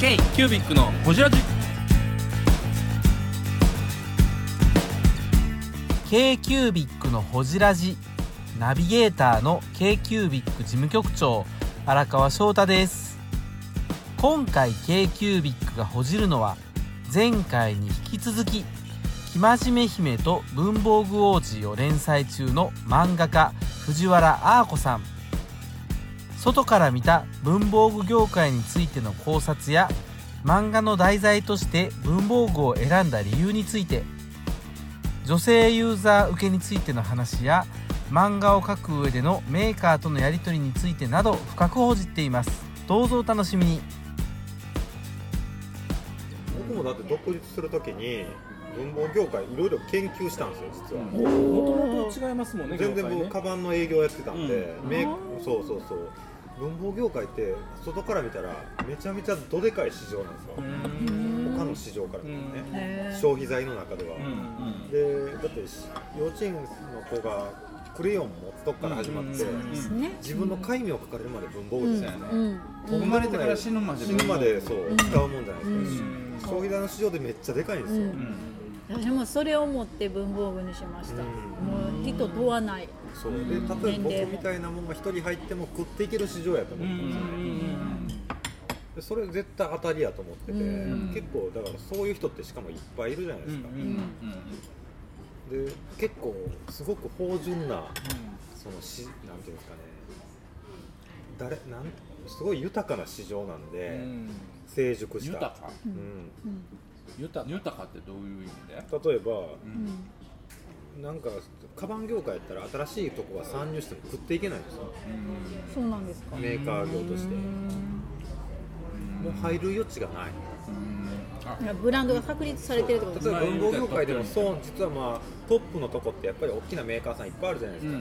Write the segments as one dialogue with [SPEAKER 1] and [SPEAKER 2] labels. [SPEAKER 1] ケイキュービックのホジラジ
[SPEAKER 2] k q u b i c のほじラジナビゲーターの k q u b i c 事務局長荒川翔太です今回 k q u b i c がほじるのは前回に引き続き「生真面目姫と文房具王子」を連載中の漫画家藤原アー子さん外から見た文房具業界についての考察や漫画の題材として文房具を選んだ理由について女性ユーザー受けについての話や漫画を描く上でのメーカーとのやり取りについてなど深く報じっていますどうぞお楽しみに
[SPEAKER 3] 僕もだって独立するときに文房具業界いろいろ研究したんですよ実は、
[SPEAKER 1] もともと違いますもんね
[SPEAKER 3] 全然
[SPEAKER 1] 業界
[SPEAKER 3] 僕
[SPEAKER 1] ね
[SPEAKER 3] カバンの営業やってたんで、
[SPEAKER 1] うん
[SPEAKER 3] メイクそうそうそう文房具業界って外から見たらめちゃめちゃどでかい市場なんですよ、他の市場から見てね、消費財の中では、
[SPEAKER 1] うん
[SPEAKER 3] でだってし幼稚園の子がクレヨン持つとこから始まって、
[SPEAKER 1] うんうん
[SPEAKER 4] ですね。
[SPEAKER 3] 自分の解名を書かれるまで文房具ですよね、
[SPEAKER 4] うんうん
[SPEAKER 3] 生まれてから死ぬまで死ぬまでそう、
[SPEAKER 4] ん
[SPEAKER 3] 使うもんじゃないですか、
[SPEAKER 1] うん
[SPEAKER 3] 消費財の市場でめっちゃでかいんですよ、
[SPEAKER 4] うん私もそれを持って文房具にしました。
[SPEAKER 3] うん
[SPEAKER 4] もう人問わない。
[SPEAKER 3] そうで例えば僕みたいなもんが一人入っても食っていける市場やと思ってますよね、でそれ絶対当たりやと思ってて、
[SPEAKER 4] うん
[SPEAKER 3] 結構だからそういう人ってしかもいっぱいいるじゃないですか、で結構すごく芳醇なそのしなんていうんですかね誰なんすごい豊かな市場なんで、成熟した
[SPEAKER 5] 豊か
[SPEAKER 3] うん、
[SPEAKER 5] 豊か豊かってどういう意味で
[SPEAKER 3] 例えば
[SPEAKER 4] うん
[SPEAKER 3] なんかカバン業界やったら新しいとこは参入しても食っていけないんですよ
[SPEAKER 4] そうなんですか。
[SPEAKER 3] メーカー業としてもう入る余地がない
[SPEAKER 4] だからブランドが確立されてるってことです
[SPEAKER 3] 例え
[SPEAKER 4] ね。
[SPEAKER 3] ば文房具業界でもそう実はまあトップのとこってやっぱり大きなメーカーさんいっぱいあるじゃないですか、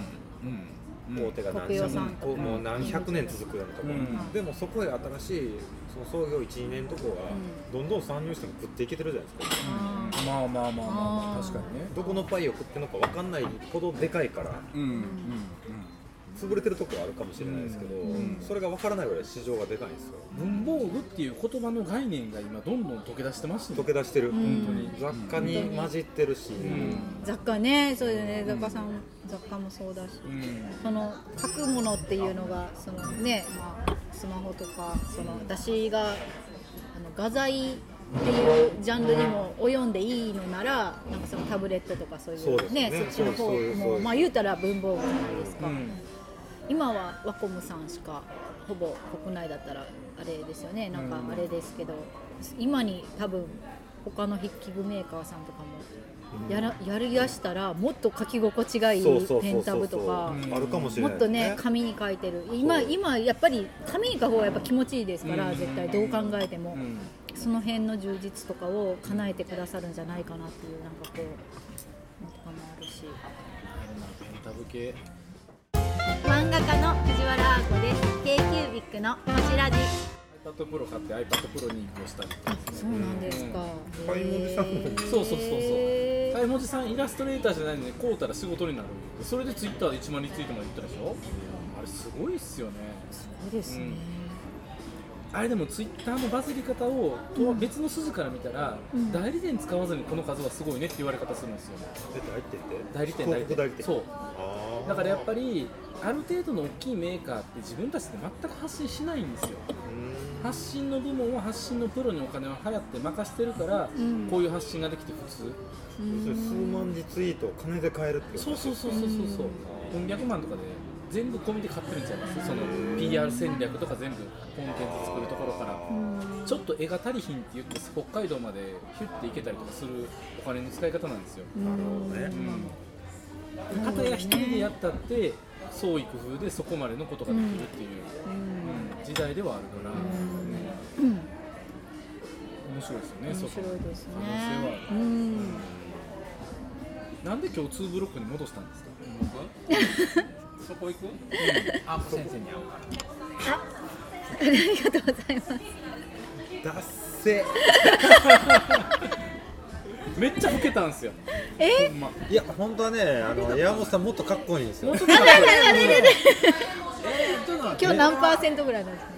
[SPEAKER 3] 大手が何
[SPEAKER 4] 国
[SPEAKER 3] 社
[SPEAKER 4] 用さ
[SPEAKER 3] も
[SPEAKER 4] ん
[SPEAKER 3] こうもう何百年続くようなところ、
[SPEAKER 1] うん
[SPEAKER 3] でもそこへ新しいその創業12年のとこがどんどん参入しても食っていけてるじゃないですか、
[SPEAKER 4] あー
[SPEAKER 1] まあまあまあまあまあ
[SPEAKER 4] あー
[SPEAKER 1] 確かにね
[SPEAKER 3] どこのパイを食ってるのか分かんないほどでかいから潰れてるとこはあるかもしれないですけど、
[SPEAKER 4] ん
[SPEAKER 3] それが分からないぐらい市場がでかいんですよ
[SPEAKER 1] 文房具っていう言葉の概念が今どんどん溶け出してますね
[SPEAKER 3] 溶け出してる、
[SPEAKER 4] ん
[SPEAKER 3] 雑貨に混じってるし、
[SPEAKER 4] 雑貨ね、そうですね。雑貨さん、雑貨もそうだし。
[SPEAKER 1] うん
[SPEAKER 4] その書くものっていうのがそのね、まあ、スマホとかその私があの画材っていうジャンルにも及んでいいのならなんかそのタブレットとかそうい
[SPEAKER 3] そうで
[SPEAKER 4] う
[SPEAKER 3] すね
[SPEAKER 4] ねそっちの
[SPEAKER 3] そう
[SPEAKER 4] 方
[SPEAKER 3] ですそうですそうで
[SPEAKER 4] も
[SPEAKER 3] す
[SPEAKER 4] まあ言うたら文房具じゃないですか、
[SPEAKER 1] うん
[SPEAKER 4] 今はワコムさんしかほぼ国内だったらあれですよねなんかあれですけど、今に多分他の筆記具メーカーさんとかもやらやりだしたらもっと書き心地がい
[SPEAKER 3] そう
[SPEAKER 4] い
[SPEAKER 3] そう
[SPEAKER 4] ペ
[SPEAKER 3] そう
[SPEAKER 4] ンタ
[SPEAKER 3] そ
[SPEAKER 4] ブ
[SPEAKER 3] う
[SPEAKER 4] と
[SPEAKER 3] そう
[SPEAKER 4] か
[SPEAKER 3] あ。るかもしれ
[SPEAKER 4] も
[SPEAKER 3] ない
[SPEAKER 4] っ
[SPEAKER 3] です
[SPEAKER 4] とね紙に書いてる今
[SPEAKER 3] そう
[SPEAKER 4] 今やっぱり紙に書く方がやっぱ気持ちいいですから、
[SPEAKER 1] うん
[SPEAKER 4] 絶対どう考えても、
[SPEAKER 1] うん
[SPEAKER 4] その辺の充実とかを叶えてくださるんじゃないかなっていうなんかこうのとかもあるし漫画家の藤原あ子です k q ビックのこちらで
[SPEAKER 1] iPad Pro 買って iPad Pro に移行したり
[SPEAKER 4] あそうなんですか、
[SPEAKER 3] 買い物したのに
[SPEAKER 4] へー
[SPEAKER 1] そうそうそうそう大文字さんイラストレーターじゃないのにこうたら仕事になるそれでツイッターで1万リツイートまでいったでしょあれすごいっすよね
[SPEAKER 4] そうですね、
[SPEAKER 1] あれでもツイッターのバズり方をと別の筋から見たら、
[SPEAKER 4] うん
[SPEAKER 1] 代理店使わずにこの数はすごいねって言われ方するんですよ
[SPEAKER 3] 出て入ってって
[SPEAKER 1] 代理店
[SPEAKER 3] 広告代理店
[SPEAKER 1] そう
[SPEAKER 3] あー
[SPEAKER 1] だからやっぱりある程度の大きいメーカーって自分たちで全く発信しないんですよ
[SPEAKER 3] うん
[SPEAKER 1] 発信の部門は発信のプロにお金を払って任せてるから、
[SPEAKER 4] うん
[SPEAKER 1] こういう発信ができて普通、
[SPEAKER 3] それ数万字ツイートを金で買えるっていう
[SPEAKER 1] そうそうそうそうそうそううん百万とかで全部込みで買ってるんちゃいますその PR 戦略とか全部コンテンツ作るところからちょっと絵が足りひんって言って北海道までヒュッて行けたりとかするお金の使い方なんですよ、
[SPEAKER 3] なるほどね
[SPEAKER 1] うん、片や一人でやったって創意工夫でそこまでのことができるっていう、うん時代ではあるから、面白いですよね
[SPEAKER 4] 面
[SPEAKER 1] そ
[SPEAKER 4] 白
[SPEAKER 1] こ
[SPEAKER 4] いですね
[SPEAKER 1] 可能性はある
[SPEAKER 4] うん
[SPEAKER 1] なんで今日2ブロックに戻したんですか僕そこ行く
[SPEAKER 5] あ先生に会うか
[SPEAKER 4] ありがとうございます。
[SPEAKER 3] ダッセ
[SPEAKER 1] めっちゃ老けたんですよ
[SPEAKER 4] え
[SPEAKER 1] ほんま
[SPEAKER 3] いや本当はねあの山本さんもっとかっこいいんですよ
[SPEAKER 5] ら
[SPEAKER 4] 今日何パーセントぐらいなんですか。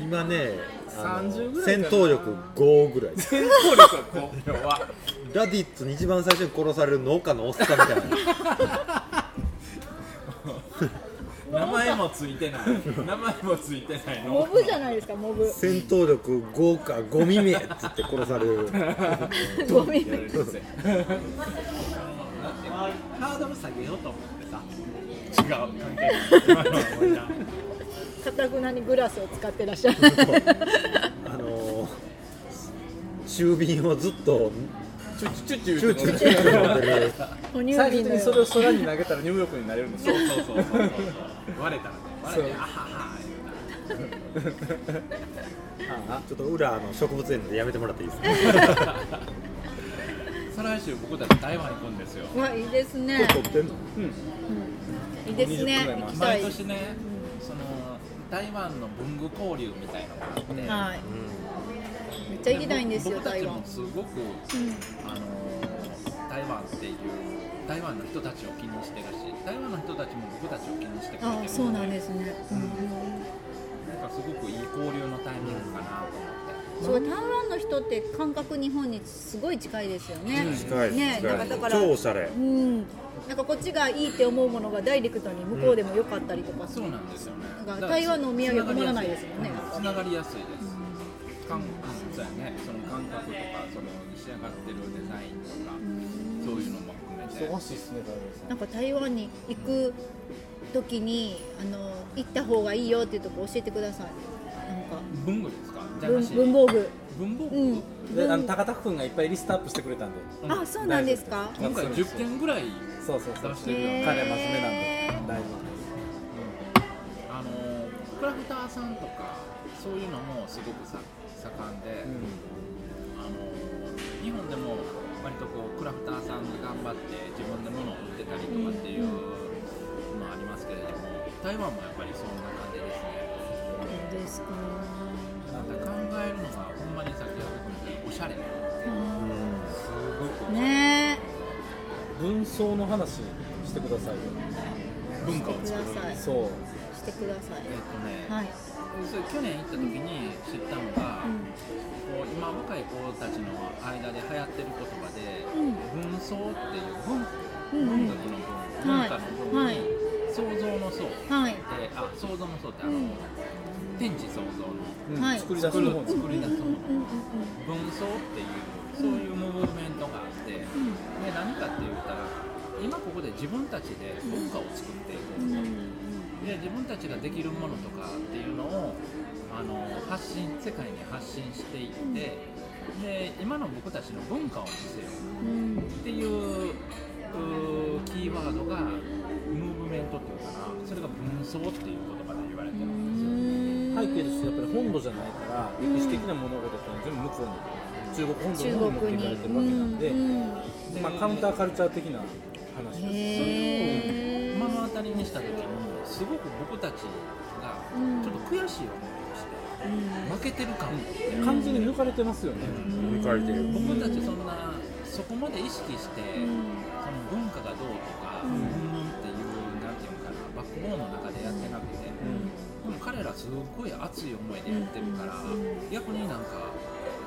[SPEAKER 3] 今ねあの
[SPEAKER 1] 30ぐらい
[SPEAKER 3] 戦
[SPEAKER 1] かな
[SPEAKER 3] 闘力5ぐらい
[SPEAKER 5] 戦闘力はこれは
[SPEAKER 3] ラディッツに一番最初に殺される農家のおっさんみたいな
[SPEAKER 5] 名前もついてない名前もついてない
[SPEAKER 4] モ
[SPEAKER 5] の
[SPEAKER 4] ブじゃないですかモブ
[SPEAKER 3] 戦闘力5か5未明っつって殺される
[SPEAKER 4] ゴミ
[SPEAKER 5] やるぜハードル下げようと思ってさ違う関係ない
[SPEAKER 4] かたくなにグラスを使ってらっしゃる
[SPEAKER 3] あのー中瓶をずっと
[SPEAKER 1] チュッチュッチュッ
[SPEAKER 3] チ
[SPEAKER 1] チ
[SPEAKER 3] ューチ
[SPEAKER 1] ュッチ
[SPEAKER 3] ュ
[SPEAKER 1] ュ
[SPEAKER 3] ーチュ
[SPEAKER 1] ッチ
[SPEAKER 3] ーチュー飲
[SPEAKER 1] ュッ
[SPEAKER 3] んでる
[SPEAKER 4] 哺乳瓶
[SPEAKER 1] 最終的
[SPEAKER 4] の
[SPEAKER 1] に
[SPEAKER 4] よ
[SPEAKER 1] そうれを空に投げたらニューヨークになれるんですよ
[SPEAKER 5] そう そうそうそうそう割れたらね割れて
[SPEAKER 1] そう
[SPEAKER 5] あはは
[SPEAKER 3] ちょっと裏あの植物園でやめてもらっていいですか
[SPEAKER 5] 再来週僕たち台湾行くんですよ
[SPEAKER 4] うわいいですね
[SPEAKER 3] 撮ってんの
[SPEAKER 4] いいですね行きたい
[SPEAKER 5] 毎年ねその台湾の文具交流みたいのがあって
[SPEAKER 4] はいめっちゃ行きたいんですよ
[SPEAKER 5] 僕た
[SPEAKER 4] 台
[SPEAKER 5] ち
[SPEAKER 4] 湾
[SPEAKER 5] もすごくあの台湾っていう台湾の人たちを気にしてるし台湾の人たちも僕たちを気にしてくれて
[SPEAKER 4] あ
[SPEAKER 5] る
[SPEAKER 4] そうなん
[SPEAKER 5] で
[SPEAKER 4] ですね、
[SPEAKER 5] なんかすごくいい交流のタイミングかなと思って
[SPEAKER 4] そう台湾の人って感覚日本にすごい近いですよね、
[SPEAKER 3] 近い
[SPEAKER 4] ねなんかだから
[SPEAKER 3] 超おしゃれ
[SPEAKER 4] うんなんかこっちがいいって思うものがダイレクトに向こうでも良かったりとかす
[SPEAKER 5] そ
[SPEAKER 4] る、
[SPEAKER 5] うなんですよね
[SPEAKER 4] なんか台湾のお土産困らないですもんね
[SPEAKER 5] つながりやすいです感そうやねその感覚とかその仕上がってるデザインとかそういうのも含めて
[SPEAKER 1] 忙しいっすね大悟さん
[SPEAKER 4] なんか台湾に行く時にあの行った方がいいよっていうとこ教えてくださいなんか
[SPEAKER 5] 文具ですかじゃな
[SPEAKER 4] 文
[SPEAKER 5] し
[SPEAKER 4] 文房具
[SPEAKER 5] 文房具、
[SPEAKER 4] う
[SPEAKER 1] で
[SPEAKER 4] ん
[SPEAKER 1] あの
[SPEAKER 4] 文
[SPEAKER 1] 高田君がいっぱいリストアップしてくれたんで
[SPEAKER 4] あそうなんですか
[SPEAKER 1] 大丈夫
[SPEAKER 5] 今回10件ぐらい
[SPEAKER 1] そうそうそう
[SPEAKER 5] 出してるよね
[SPEAKER 1] 彼は真面目なんで大丈
[SPEAKER 5] あのークラフターさんとかそういうのもすごくさ盛んで、あのー日本でも割とこうクラフターさんが頑張って自分で物を売ってたりとかっていうのありますけれども台湾もやっぱりそんな感じですね
[SPEAKER 4] 具ですか
[SPEAKER 5] なんか考えるのがほんまに先ほど言ったおしゃれすごく
[SPEAKER 4] ね
[SPEAKER 1] 夫文章の話してくださいよ
[SPEAKER 5] 文化を
[SPEAKER 4] えくだ
[SPEAKER 5] 作る
[SPEAKER 4] さいし
[SPEAKER 1] そう
[SPEAKER 4] てくださ
[SPEAKER 5] えっ
[SPEAKER 4] い
[SPEAKER 5] とね、
[SPEAKER 4] はい
[SPEAKER 5] それ去年行った時に知ったのが、
[SPEAKER 4] う
[SPEAKER 5] こう今若い子たちの間で流行ってる言葉で、
[SPEAKER 4] んうん
[SPEAKER 5] 文装っていう
[SPEAKER 4] う
[SPEAKER 5] 文文
[SPEAKER 4] ん
[SPEAKER 5] 学の文、
[SPEAKER 4] はい
[SPEAKER 5] 文化の文に、
[SPEAKER 4] はい
[SPEAKER 5] 創造の層で
[SPEAKER 4] うんはい
[SPEAKER 5] あ創造の層ってあ
[SPEAKER 4] う
[SPEAKER 5] の、
[SPEAKER 4] ん
[SPEAKER 5] 天地創造の
[SPEAKER 1] うん
[SPEAKER 4] はい
[SPEAKER 1] 作り出し
[SPEAKER 5] 作
[SPEAKER 1] の
[SPEAKER 5] る
[SPEAKER 1] 方に
[SPEAKER 5] 作り出すの
[SPEAKER 4] うんうん
[SPEAKER 5] 文装っていうそういうムーブメントがあってで何かって言ったら今ここで自分たちで文化を作っていこう
[SPEAKER 4] うんうん
[SPEAKER 5] で自分たちができるものとかっていうのをあの発信世界に発信していってで今の僕たちの文化を見せよう
[SPEAKER 4] うん
[SPEAKER 5] っていううーキーワードがムーブメントっていうかなそれが文装っていう言葉で言われてるんで
[SPEAKER 4] うん
[SPEAKER 1] 背景としてやっぱり本土じゃないから
[SPEAKER 4] うん
[SPEAKER 1] 歴史的な物事ってのは全部向こうに中国本土
[SPEAKER 4] 中
[SPEAKER 1] の方に持っていか
[SPEAKER 4] 国に
[SPEAKER 1] れてるわけなんで、
[SPEAKER 4] うんうん
[SPEAKER 5] すよ
[SPEAKER 1] まあ、カウンターカルチャー的な話です
[SPEAKER 4] へえ
[SPEAKER 5] 目の当たりにした時もすごく僕たちが
[SPEAKER 4] うん
[SPEAKER 5] ちょっと悔しい思いをして負けてる感も
[SPEAKER 1] 完全に抜かれてますよね、
[SPEAKER 3] 抜かれてる
[SPEAKER 5] 僕たちそんなそこまで意識して、その文化がどうとか、うん、っていうなんていうのかなバックボーンの中でやってなくて、でも彼らすっごい熱い思いでやってるから、逆になんか、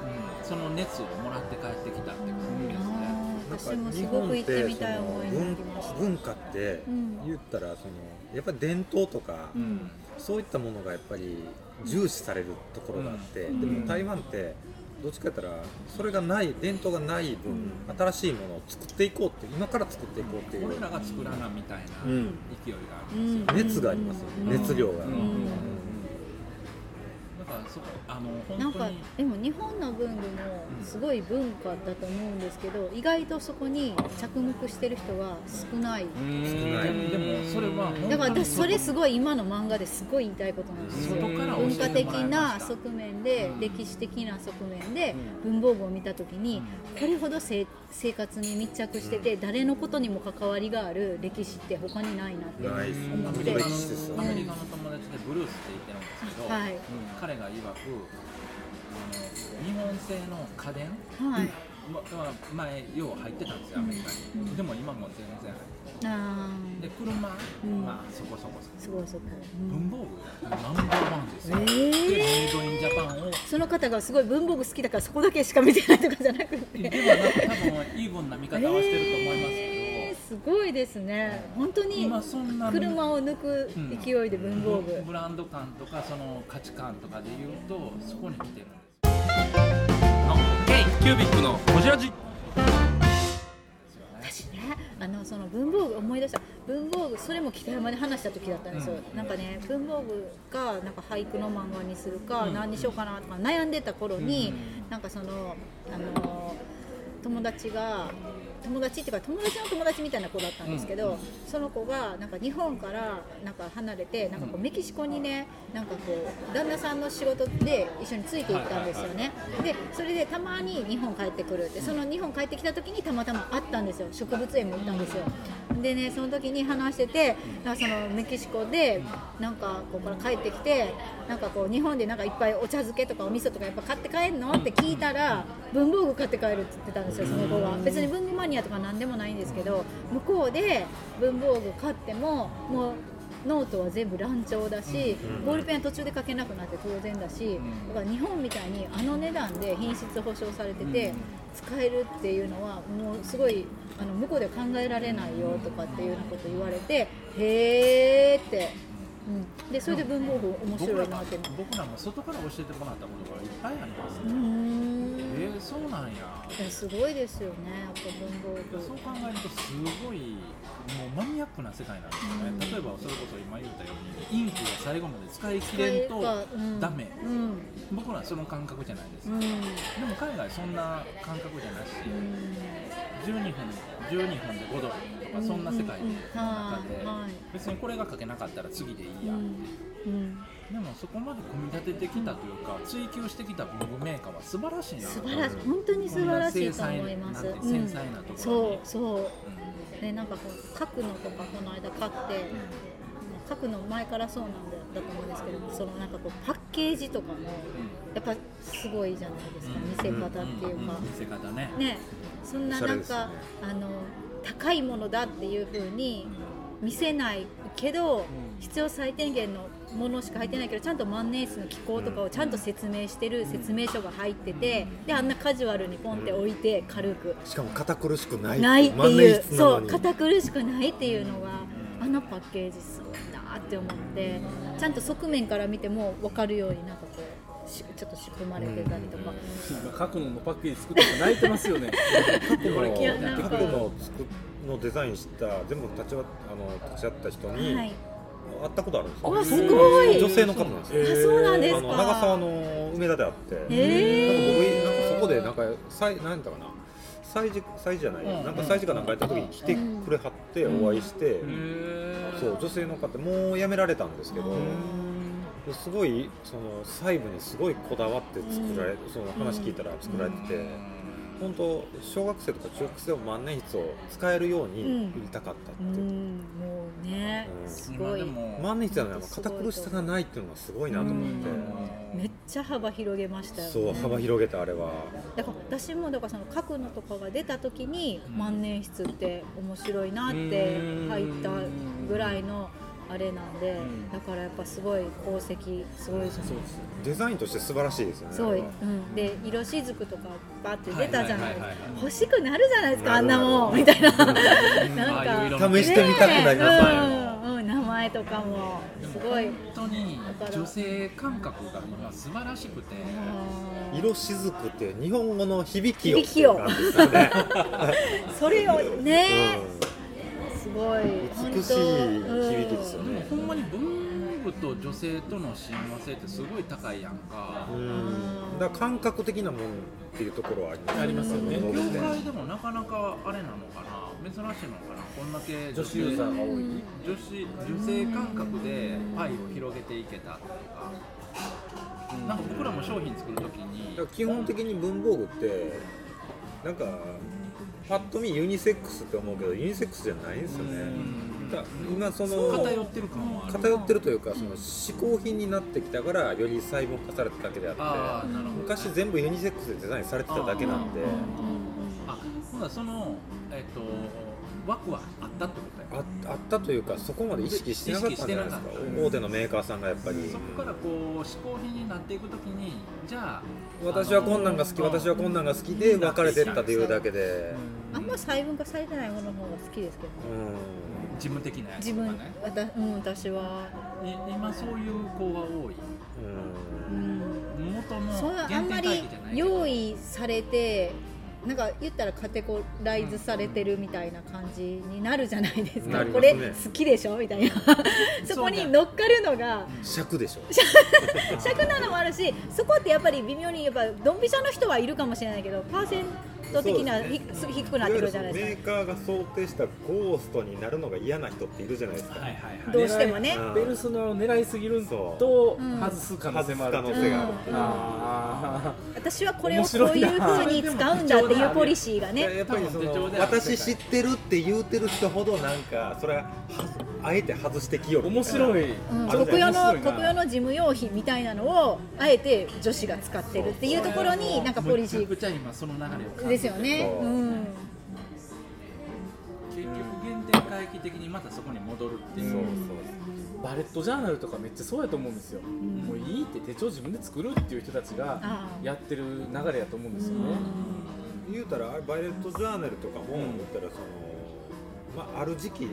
[SPEAKER 5] うん、その熱をもらって帰ってきたって感じですね。
[SPEAKER 3] なん
[SPEAKER 4] 私
[SPEAKER 3] か
[SPEAKER 4] もす
[SPEAKER 3] 日
[SPEAKER 4] ご
[SPEAKER 3] 本
[SPEAKER 4] く
[SPEAKER 3] っ
[SPEAKER 4] 行って
[SPEAKER 3] て
[SPEAKER 4] み
[SPEAKER 3] そ
[SPEAKER 4] たい
[SPEAKER 3] の
[SPEAKER 4] 思いにな
[SPEAKER 3] 文
[SPEAKER 4] りました。
[SPEAKER 3] 文化って
[SPEAKER 4] うん
[SPEAKER 3] 言ったらそのやっぱり伝統とか
[SPEAKER 5] うん
[SPEAKER 3] そういったものがやっぱり重視されるところがあってで
[SPEAKER 4] ん
[SPEAKER 3] も台湾ってどっちかやったらそれがない伝統がない分新しいものを作っていこうって今から作っていこうってい
[SPEAKER 5] 俺
[SPEAKER 3] う
[SPEAKER 5] らが作らなみたいな
[SPEAKER 3] う
[SPEAKER 5] 勢いが
[SPEAKER 3] ん
[SPEAKER 5] あるんですよ。
[SPEAKER 3] 熱がありますよね熱量が
[SPEAKER 1] うん
[SPEAKER 5] だからそこあの
[SPEAKER 4] なん
[SPEAKER 5] 本当
[SPEAKER 4] か
[SPEAKER 5] に
[SPEAKER 4] でも日本の文具もすごい文化だと思うんですけど、意外とそこに着目してる人は少ない。
[SPEAKER 3] ない
[SPEAKER 5] でもそれは本当に
[SPEAKER 4] だから私それすごい今の漫画ですごい言いたいことなんですよ。
[SPEAKER 5] 外から教
[SPEAKER 4] 文化
[SPEAKER 5] えて
[SPEAKER 4] 的
[SPEAKER 5] もらいま
[SPEAKER 4] な
[SPEAKER 5] した。
[SPEAKER 4] 側面で、
[SPEAKER 5] うん
[SPEAKER 4] 歴史的な側面で文房具を見た時に、これほどせい生活に密着してて、誰のことにも関わりがある歴史って他にないなって。
[SPEAKER 3] ないです
[SPEAKER 5] アメリ
[SPEAKER 3] 歴
[SPEAKER 5] カの
[SPEAKER 3] 史ですよ
[SPEAKER 5] アメ
[SPEAKER 3] ね
[SPEAKER 5] リカの友達でブルースって言ってるんですけど、
[SPEAKER 4] はい
[SPEAKER 5] 彼が曰くあの日本製の家電
[SPEAKER 4] はい。
[SPEAKER 5] まま前よう入ってたんですよアメリカに、
[SPEAKER 4] うん
[SPEAKER 5] でも今もう全然入って
[SPEAKER 4] あ
[SPEAKER 5] ないで
[SPEAKER 4] ー
[SPEAKER 5] 車、
[SPEAKER 4] うん
[SPEAKER 5] まあそこそこそこ
[SPEAKER 4] すごいそこ、うん
[SPEAKER 5] 文房具ナンバーワンですよ、
[SPEAKER 4] え
[SPEAKER 5] で
[SPEAKER 4] ー
[SPEAKER 5] メイドインジャパンを
[SPEAKER 4] その方がすごい文房具好きだからそこだけしか見てないとかじゃなくて
[SPEAKER 5] ではなく多分イーブンな見方をしてると思いますけど、
[SPEAKER 4] えーすごいですね本当に
[SPEAKER 5] 今そんなの
[SPEAKER 4] 車を抜く勢いで文房具、
[SPEAKER 5] ブランド感とかその価値観とかで言うとそこに来てるんです
[SPEAKER 2] キュービックのホジラジ
[SPEAKER 4] 私ねあのその文房具思い出した文房具それも北山で話した時だったんですよ、なんかね文房具かなんか俳句の漫画にするか、何にしようかなとか悩んでた頃に、なんかそのあの友達が友達っていうか友達の友達みたいな子だったんですけど、その子がなんか日本からなんか離れてなんかこうメキシコにねなんかこう旦那さんの仕事で一緒についていったんですよね、でそれでたまに日本帰ってくるってその日本帰ってきた時にたまたま会ったんですよ植物園も行ったんですよでねその時に話しててなんかそのメキシコでなんかここから帰ってきてなんかこう日本でなんかいっぱいお茶漬けとかお味噌とかやっぱ買って帰んのって聞いたら文房具買って帰るって言ってたんですよその子は別に文具マニアとか何でもないんですけど向こうで文房具買ってももうノートは全部乱調だし、ボールペンは途中で書けなくなって当然だし、だから日本みたいにあの値段で品質保証されてて、使えるっていうのはもうすごいあの向こうでは考えられないよとかっていうようなこと言われて、へーって、うん、でそれで文房具面
[SPEAKER 5] 僕
[SPEAKER 4] 白
[SPEAKER 5] ら
[SPEAKER 4] いな
[SPEAKER 5] も
[SPEAKER 4] って思う
[SPEAKER 5] 僕らも外から教えてもらったことがいっぱいあります、
[SPEAKER 4] うーん
[SPEAKER 5] えー、そうなんや
[SPEAKER 4] いやすごいですよねやっぱ文房具
[SPEAKER 5] そう考えるとすごいもうマニアックな世界なんですよね、例え
[SPEAKER 4] うん
[SPEAKER 5] ばそれこそ今言ったようにインクが最後まで使い切れんとダメ、
[SPEAKER 4] うんうん
[SPEAKER 5] 僕らはその感覚じゃないです、
[SPEAKER 4] うん
[SPEAKER 5] でも海外そんな感覚じゃないし、12分12分で5ドルと
[SPEAKER 4] う
[SPEAKER 5] か
[SPEAKER 4] ん
[SPEAKER 5] そんな世界
[SPEAKER 4] うん
[SPEAKER 5] の
[SPEAKER 4] うん
[SPEAKER 5] 中で、
[SPEAKER 4] はいはい
[SPEAKER 5] 別にこれが書けなかったら次でいいや、
[SPEAKER 4] うん
[SPEAKER 5] でもそこまで組み立ててきたというか、追求してきた文具メーカーは素晴らしいな
[SPEAKER 4] 素晴らしい本当に素晴らしいと思います。
[SPEAKER 5] こんな繊細なところに
[SPEAKER 4] うんそうそう
[SPEAKER 5] うん
[SPEAKER 4] う。でなんかこう書くのとかこの間買って書くの前からそうなんだだと思うんですけど、そのなんかこうパッケージとかもやっぱすごいじゃないですか
[SPEAKER 5] うん
[SPEAKER 4] 見せ方っていうか。
[SPEAKER 5] 見せ方ね
[SPEAKER 4] ねそんな
[SPEAKER 3] おしゃ
[SPEAKER 4] な
[SPEAKER 3] れ
[SPEAKER 4] ん
[SPEAKER 3] ですね
[SPEAKER 4] か、あの高いものだっていう風に見せないけど、必要最低限のものしか入ってないけどちゃんと万年筆の機構とかをちゃんと説明してる説明書が入ってて、であんなカジュアルにポンって置いて軽く、
[SPEAKER 3] しかも堅苦しくない
[SPEAKER 4] ないって
[SPEAKER 3] 万年
[SPEAKER 4] いう
[SPEAKER 3] 筆な
[SPEAKER 4] そ
[SPEAKER 3] の
[SPEAKER 4] う
[SPEAKER 3] に
[SPEAKER 4] 堅苦しくないっていうのがあのパッケージすごいなって思ってちゃんと側面から見ても分かるようになんかこうしちょっと仕組まれてたりとか。
[SPEAKER 1] 書くののパッケージ作っても泣いてますよね過去の
[SPEAKER 3] でも
[SPEAKER 4] いやなんか
[SPEAKER 3] 過去の作のデザインした全部立ちわあの立ち会った人に
[SPEAKER 4] はい
[SPEAKER 3] 会ったことあるんですよ
[SPEAKER 4] わすごい
[SPEAKER 3] 女性の方なんですよ
[SPEAKER 4] あそうなんです
[SPEAKER 3] あ
[SPEAKER 4] か
[SPEAKER 3] の長沢の梅田であって、
[SPEAKER 4] え
[SPEAKER 3] な
[SPEAKER 4] ー
[SPEAKER 3] んか僕なんかそこでなんかさいなんだかな祭事祭事じゃない、
[SPEAKER 5] うん
[SPEAKER 3] なんか祭事かなんかやった時に来てくれはってお会いして、そう女性の方もう辞められたんですけど、すごいその細部にすごいこだわって作られ、その話聞いたら作られてて、本当小学生とか中学生も万年筆を使えるように売りたかったって
[SPEAKER 4] う
[SPEAKER 3] いう、
[SPEAKER 4] ん、もうね、
[SPEAKER 3] うん
[SPEAKER 4] す
[SPEAKER 5] 今
[SPEAKER 4] ごい
[SPEAKER 5] で。も
[SPEAKER 3] 万年筆はねあの堅苦しさがないっていうのがすごいなと思って、
[SPEAKER 4] めっちゃ幅広げましたよ、ね。
[SPEAKER 3] そう幅広げたあれは。
[SPEAKER 4] だから私もだからその書くのとかが出た時に万年筆って面白いなって入ったぐらいのあれなんで、
[SPEAKER 1] ん
[SPEAKER 4] だからやっぱすごい功績すごいですね。
[SPEAKER 1] そうです
[SPEAKER 3] デザインとして素晴らしいですよね。
[SPEAKER 4] すごい、
[SPEAKER 3] あれは
[SPEAKER 4] うん、で色しずくとかバって出たじゃな
[SPEAKER 5] はいは
[SPEAKER 4] いですか
[SPEAKER 5] いはいはい
[SPEAKER 4] 欲しくなるじゃないですかあんなもん
[SPEAKER 3] なる
[SPEAKER 4] みたいななん
[SPEAKER 5] ああいう色
[SPEAKER 4] か
[SPEAKER 5] も
[SPEAKER 3] 試してみたくなりますね
[SPEAKER 4] ねうんうん、名前とかもすごい
[SPEAKER 5] 本当に女性感覚が今素晴らしくて
[SPEAKER 4] あー
[SPEAKER 3] 色しずくって日本語の響きを。
[SPEAKER 4] 響きを
[SPEAKER 3] なんですよね。
[SPEAKER 4] それをね、
[SPEAKER 3] うん
[SPEAKER 4] すごい
[SPEAKER 3] 美しい響きですよ
[SPEAKER 5] でも
[SPEAKER 3] ね。
[SPEAKER 5] ほんまに文具と女性との親和性ってすごい高いやんか
[SPEAKER 3] うん。だから感覚的なもんっていうところはあります
[SPEAKER 1] ありますよね
[SPEAKER 3] 物
[SPEAKER 5] 業
[SPEAKER 3] って
[SPEAKER 5] 界でもなかなかあれなのかな珍しいのかなこんだけ
[SPEAKER 1] 女子ユーザーが多
[SPEAKER 5] 女
[SPEAKER 1] い、
[SPEAKER 5] 子女性感覚でパイを広げていけたっていうかなんか僕らも商品作るときに
[SPEAKER 3] だから基本的に文房具ってなんかパッと見ユニセックスって思うけどユニセックスじゃないんですよね。だから今その
[SPEAKER 5] 偏ってる感はある
[SPEAKER 3] 偏ってるというかその嗜好品になってきたからより細分化されただけであって。
[SPEAKER 5] ああなるほど
[SPEAKER 3] 昔全部ユニセックスでデザインされてただけなんで
[SPEAKER 5] あーほなその、えっと、枠はあったってことや
[SPEAKER 3] ああったというかそこまで意識してなかったんじゃないですか
[SPEAKER 5] 意識してなかった
[SPEAKER 3] 大手のメーカーさんがやっぱり、
[SPEAKER 5] そこからこう思考品になっていくときにじゃあ
[SPEAKER 3] 私はこんなんが好き
[SPEAKER 5] あの
[SPEAKER 3] 私はこんなんが好きで分かれてったというだけで
[SPEAKER 4] あんま細分化されてないものの方が好きですけど
[SPEAKER 3] うん
[SPEAKER 5] 事務的なやつ
[SPEAKER 4] 自
[SPEAKER 5] とか
[SPEAKER 4] 分、
[SPEAKER 5] ね
[SPEAKER 4] わたうん、私は、
[SPEAKER 5] い今そういう子が多い
[SPEAKER 4] うん、
[SPEAKER 5] 元の
[SPEAKER 4] そんなあんまり
[SPEAKER 5] けど
[SPEAKER 4] 用意されてなんか言ったらカテゴライズされてるみたいな感じになるじゃないです
[SPEAKER 3] な
[SPEAKER 4] か、
[SPEAKER 3] り
[SPEAKER 4] こ
[SPEAKER 3] ますね
[SPEAKER 4] れ好きでしょみたいなそこに乗っかるのが
[SPEAKER 3] 尺でしょ
[SPEAKER 4] 尺なのもあるしそこってやっぱり微妙にやっぱドンピシャの人はいるかもしれないけどパーセント的なひす低くなってくるじゃない
[SPEAKER 3] わゆ
[SPEAKER 4] で
[SPEAKER 3] るそのメーカーが想定したゴーストになるのが嫌な人っているじゃないですか、
[SPEAKER 5] はいはい
[SPEAKER 4] すか
[SPEAKER 5] はい
[SPEAKER 4] どうしてもね
[SPEAKER 3] うん
[SPEAKER 1] ペルソナを狙いすぎる
[SPEAKER 3] そう
[SPEAKER 1] と
[SPEAKER 4] うん
[SPEAKER 1] 外す可能性もある
[SPEAKER 3] 外す可能性がある
[SPEAKER 4] うん
[SPEAKER 1] あ
[SPEAKER 4] 私はこれをこういうふうに使うんだっていうポリシーが
[SPEAKER 3] いや
[SPEAKER 4] ね
[SPEAKER 3] やっぱり
[SPEAKER 5] 多
[SPEAKER 3] そ
[SPEAKER 5] 分手帳
[SPEAKER 3] の
[SPEAKER 5] では
[SPEAKER 3] 私知ってるって言うてる人ほどなんかそれははあえて外してきよ
[SPEAKER 1] ー
[SPEAKER 3] る
[SPEAKER 1] 面白い、
[SPEAKER 4] うん
[SPEAKER 3] あれ
[SPEAKER 4] 国用
[SPEAKER 1] 面
[SPEAKER 4] の
[SPEAKER 1] 白いな
[SPEAKER 4] 国用の事務用品みたいなのをあえて女子が使ってるっていうところになんかポリシ
[SPEAKER 5] め
[SPEAKER 4] ー
[SPEAKER 5] ちゃくちゃ今その流れを感じて
[SPEAKER 4] ですよね。
[SPEAKER 3] そう
[SPEAKER 4] うん。
[SPEAKER 5] 結局原点回帰的にまたそこに戻るっていう、
[SPEAKER 3] そう
[SPEAKER 1] バレットジャーナルとかめっちゃそうやと思うんですよ、
[SPEAKER 4] ん
[SPEAKER 1] もういいって手帳自分で作るっていう人たちが
[SPEAKER 4] ああ
[SPEAKER 1] やってる流れやと思うんですよね、
[SPEAKER 3] そう言うたらあれバイレットジャーナルとかも
[SPEAKER 1] うん
[SPEAKER 3] 言ったらその、まあ、ある時期その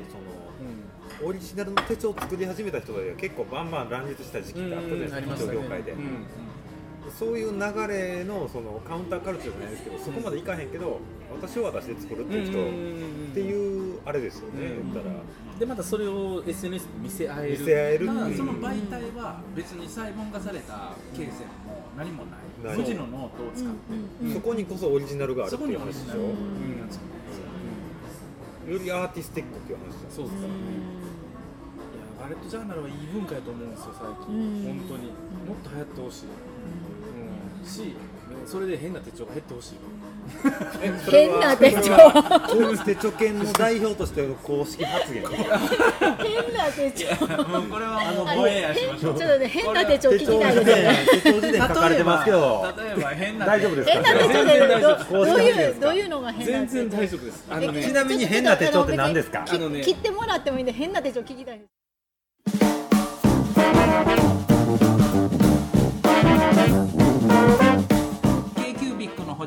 [SPEAKER 1] うん
[SPEAKER 3] オリジナルの手帳を作り始めた人たちが結構バンバン乱立した時期があったじゃないですか、手帳業界で、
[SPEAKER 1] うん
[SPEAKER 3] そういう流れのそのカウンターカルチャーじゃないですけどそこまでいかへんけど私は私で作るっていう人、って
[SPEAKER 1] う
[SPEAKER 3] いうあれですよね、
[SPEAKER 1] うん
[SPEAKER 3] 言ったら
[SPEAKER 1] でまたそれを SNS で見せ合える
[SPEAKER 3] 見せ合える
[SPEAKER 5] た
[SPEAKER 3] っ
[SPEAKER 5] だ
[SPEAKER 3] てい
[SPEAKER 5] そうの媒体は別に細分化された形成も何もな
[SPEAKER 3] ない
[SPEAKER 5] い無地のノートを使って
[SPEAKER 4] うん
[SPEAKER 3] そこにこそオリジナルがある
[SPEAKER 5] そ
[SPEAKER 3] って
[SPEAKER 5] こに
[SPEAKER 3] いう
[SPEAKER 5] オ
[SPEAKER 3] 話
[SPEAKER 5] リ
[SPEAKER 3] で
[SPEAKER 5] ジ
[SPEAKER 3] し
[SPEAKER 5] ナ
[SPEAKER 3] ょ
[SPEAKER 5] ルが
[SPEAKER 3] よ
[SPEAKER 5] 作
[SPEAKER 3] りアーティスティックっていう話じゃん
[SPEAKER 1] そうですからねいやバレットジャーナルはいい文化やと思うんですよ最近、
[SPEAKER 4] うん
[SPEAKER 1] 本当にもっと流行ってほしい、うん、しねそれで変な手帳が減ってほしい
[SPEAKER 4] 変な手帳
[SPEAKER 3] それはそれは手帳犬の代表としての公式発言
[SPEAKER 4] 変な手帳。
[SPEAKER 5] られたもうこれはもう
[SPEAKER 4] あ
[SPEAKER 5] 萌えやしま
[SPEAKER 4] 変
[SPEAKER 5] し
[SPEAKER 4] ち
[SPEAKER 5] ょ
[SPEAKER 4] ょ
[SPEAKER 5] う
[SPEAKER 4] っとね変な手帳聞きたいですよね。
[SPEAKER 3] 手帳辞典書かれてますけど
[SPEAKER 5] 例えば変な
[SPEAKER 3] 大丈夫ですか
[SPEAKER 4] 変な手帳でどうどういうどういうのが変な
[SPEAKER 1] 全
[SPEAKER 4] 手
[SPEAKER 1] 然
[SPEAKER 4] 帳。
[SPEAKER 1] 大丈夫ですあの
[SPEAKER 4] え
[SPEAKER 1] ね
[SPEAKER 3] ちなみに変な手帳って何ですか
[SPEAKER 4] ちょっと
[SPEAKER 1] あのね
[SPEAKER 4] 切切ってもらってもいいんで変な手帳聞きたいです。
[SPEAKER 5] k q b i c のほ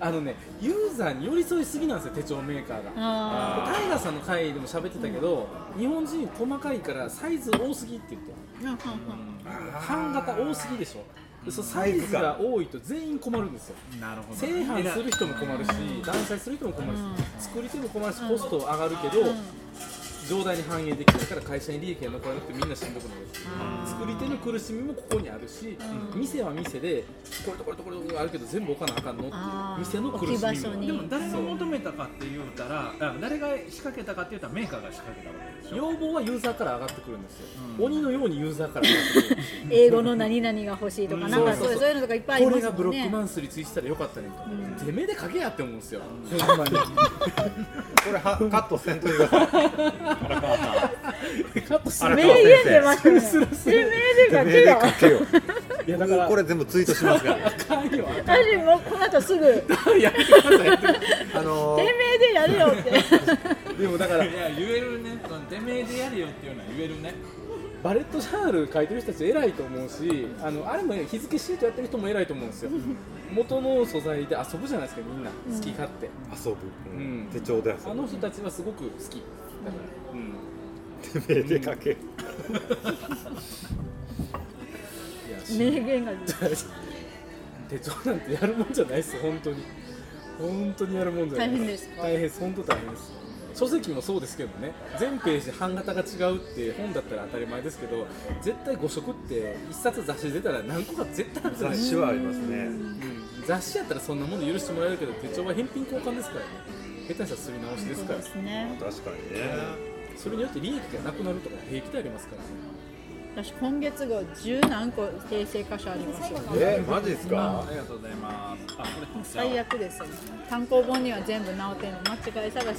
[SPEAKER 1] あのねユーザーに寄り添いすぎなんですよ手帳メーカーが
[SPEAKER 4] あ
[SPEAKER 1] タイガーさんの回でも喋ってたけど、日本人細かいからサイズ多すぎって言って
[SPEAKER 4] ーうんうん
[SPEAKER 1] 半型多すぎでしょでそのサイズが多いと全員困るんですよ
[SPEAKER 5] なるほ
[SPEAKER 1] 正販する人も困るし断裁する人も困るし、作り手も困るしコストは上がるけど、
[SPEAKER 4] うん
[SPEAKER 1] 上代に反映できないから会社に利益が残らなくてみんなしんどくなる作り手の苦しみもここにあるし、店は店でこれとこれとこれとこれあるけど全部置かなあかんのって
[SPEAKER 4] あ
[SPEAKER 1] いう
[SPEAKER 4] ー
[SPEAKER 1] 店の苦しみも
[SPEAKER 4] 置き場所に
[SPEAKER 5] でも誰が求めたかって言うたらあ誰が仕掛けたかって言うたらメーカーが仕掛けたわけでしょ
[SPEAKER 1] 要望はユーザーから上がってくるんですよ、
[SPEAKER 5] うん
[SPEAKER 1] 鬼のようにユーザーから上がってくる
[SPEAKER 4] 英語の何々が欲しいとか、なんか
[SPEAKER 1] そうそう
[SPEAKER 4] そう
[SPEAKER 1] そう
[SPEAKER 4] そういうのとかいっぱい
[SPEAKER 1] こ
[SPEAKER 4] ありま
[SPEAKER 1] れ
[SPEAKER 4] す
[SPEAKER 1] がブロ
[SPEAKER 4] もん
[SPEAKER 1] ック
[SPEAKER 4] ね。
[SPEAKER 1] マンスについしたらよかったねと、
[SPEAKER 4] うん
[SPEAKER 1] てめえで書けやって思うんですよ、ほんまに
[SPEAKER 3] これはカットせんといてください
[SPEAKER 1] カットす
[SPEAKER 3] あ
[SPEAKER 1] る
[SPEAKER 3] れ
[SPEAKER 4] 名言出ましたね。
[SPEAKER 1] するす
[SPEAKER 4] 名言が出た。
[SPEAKER 3] けよ
[SPEAKER 1] いやだから
[SPEAKER 3] これ全部ツイートしますから
[SPEAKER 1] あかんよあ
[SPEAKER 4] 私もうこの後す ぐ店
[SPEAKER 1] かん やめてくださいって
[SPEAKER 3] あの
[SPEAKER 4] 名でやれよ って。
[SPEAKER 1] でもだから
[SPEAKER 5] いや言えるねそのデメージやるよっていうのは言えるね
[SPEAKER 1] バレットジャーナル書いてる人たち偉いと思うしあのあれも日付シートやってる人も偉いと思うんですよ元の素材で遊ぶじゃないですかみんな好き勝手、
[SPEAKER 3] 遊ぶ、
[SPEAKER 1] うん
[SPEAKER 3] 手帳で遊ぶ
[SPEAKER 1] あの人たちはすごく好きだから、うん、
[SPEAKER 3] てめえでかけ、
[SPEAKER 1] いやし
[SPEAKER 4] 名言が出た。
[SPEAKER 1] 手帳なんてやるもんじゃないですよ本当に本当にやるもんじゃない
[SPEAKER 4] 大変ですか
[SPEAKER 1] 大変です本当大変です書籍もそうですけどね全ページ版型が違うって本だったら当たり前ですけど絶対5色って1冊雑誌出たら何個か絶対あるじゃな
[SPEAKER 3] 雑
[SPEAKER 1] いです
[SPEAKER 3] 誌
[SPEAKER 1] か
[SPEAKER 3] はありますね
[SPEAKER 1] うん雑誌やったらそんなもの許してもらえるけど手帳は返品交換ですからね下手したらすり直しです
[SPEAKER 4] そう
[SPEAKER 1] から
[SPEAKER 4] ですね
[SPEAKER 3] 確かにね
[SPEAKER 1] それによって利益がなくなるとか平気でありますからね
[SPEAKER 4] 私今月が十何個訂正箇所ありますよ
[SPEAKER 3] えマジです
[SPEAKER 5] あ
[SPEAKER 3] か
[SPEAKER 5] ありがとうございます。あ、これ
[SPEAKER 4] 最悪ですよね単行本には全部直ってんの間違い探し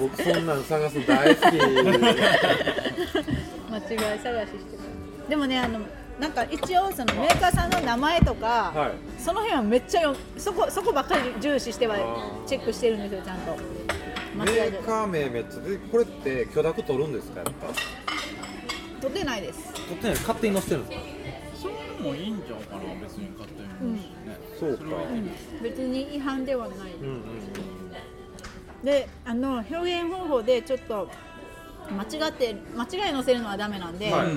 [SPEAKER 3] 僕そんなん探すの大好き
[SPEAKER 4] 間違い探ししてるでもねあのなんか一応そのメーカーさんの名前とか、
[SPEAKER 3] はい
[SPEAKER 4] その辺はめっちゃよそこそこばっかり重視してはチェックしてるんですよちゃんと間
[SPEAKER 3] メ
[SPEAKER 4] 違いで
[SPEAKER 3] ーカー名めっちゃ出てこれって許諾取るんですかやっぱ
[SPEAKER 4] 取ってないです
[SPEAKER 3] 取ってない勝手に載せてるんですか
[SPEAKER 5] そういうのもいいんじゃんかな、別に勝手
[SPEAKER 4] う
[SPEAKER 5] に。
[SPEAKER 4] ん
[SPEAKER 5] ね。
[SPEAKER 3] そうか
[SPEAKER 5] それはいいね
[SPEAKER 4] 別に違反ではない、
[SPEAKER 3] うんうん
[SPEAKER 4] であの表現方法でちょっと間違って間違い載せるのはダメなんで、
[SPEAKER 3] はい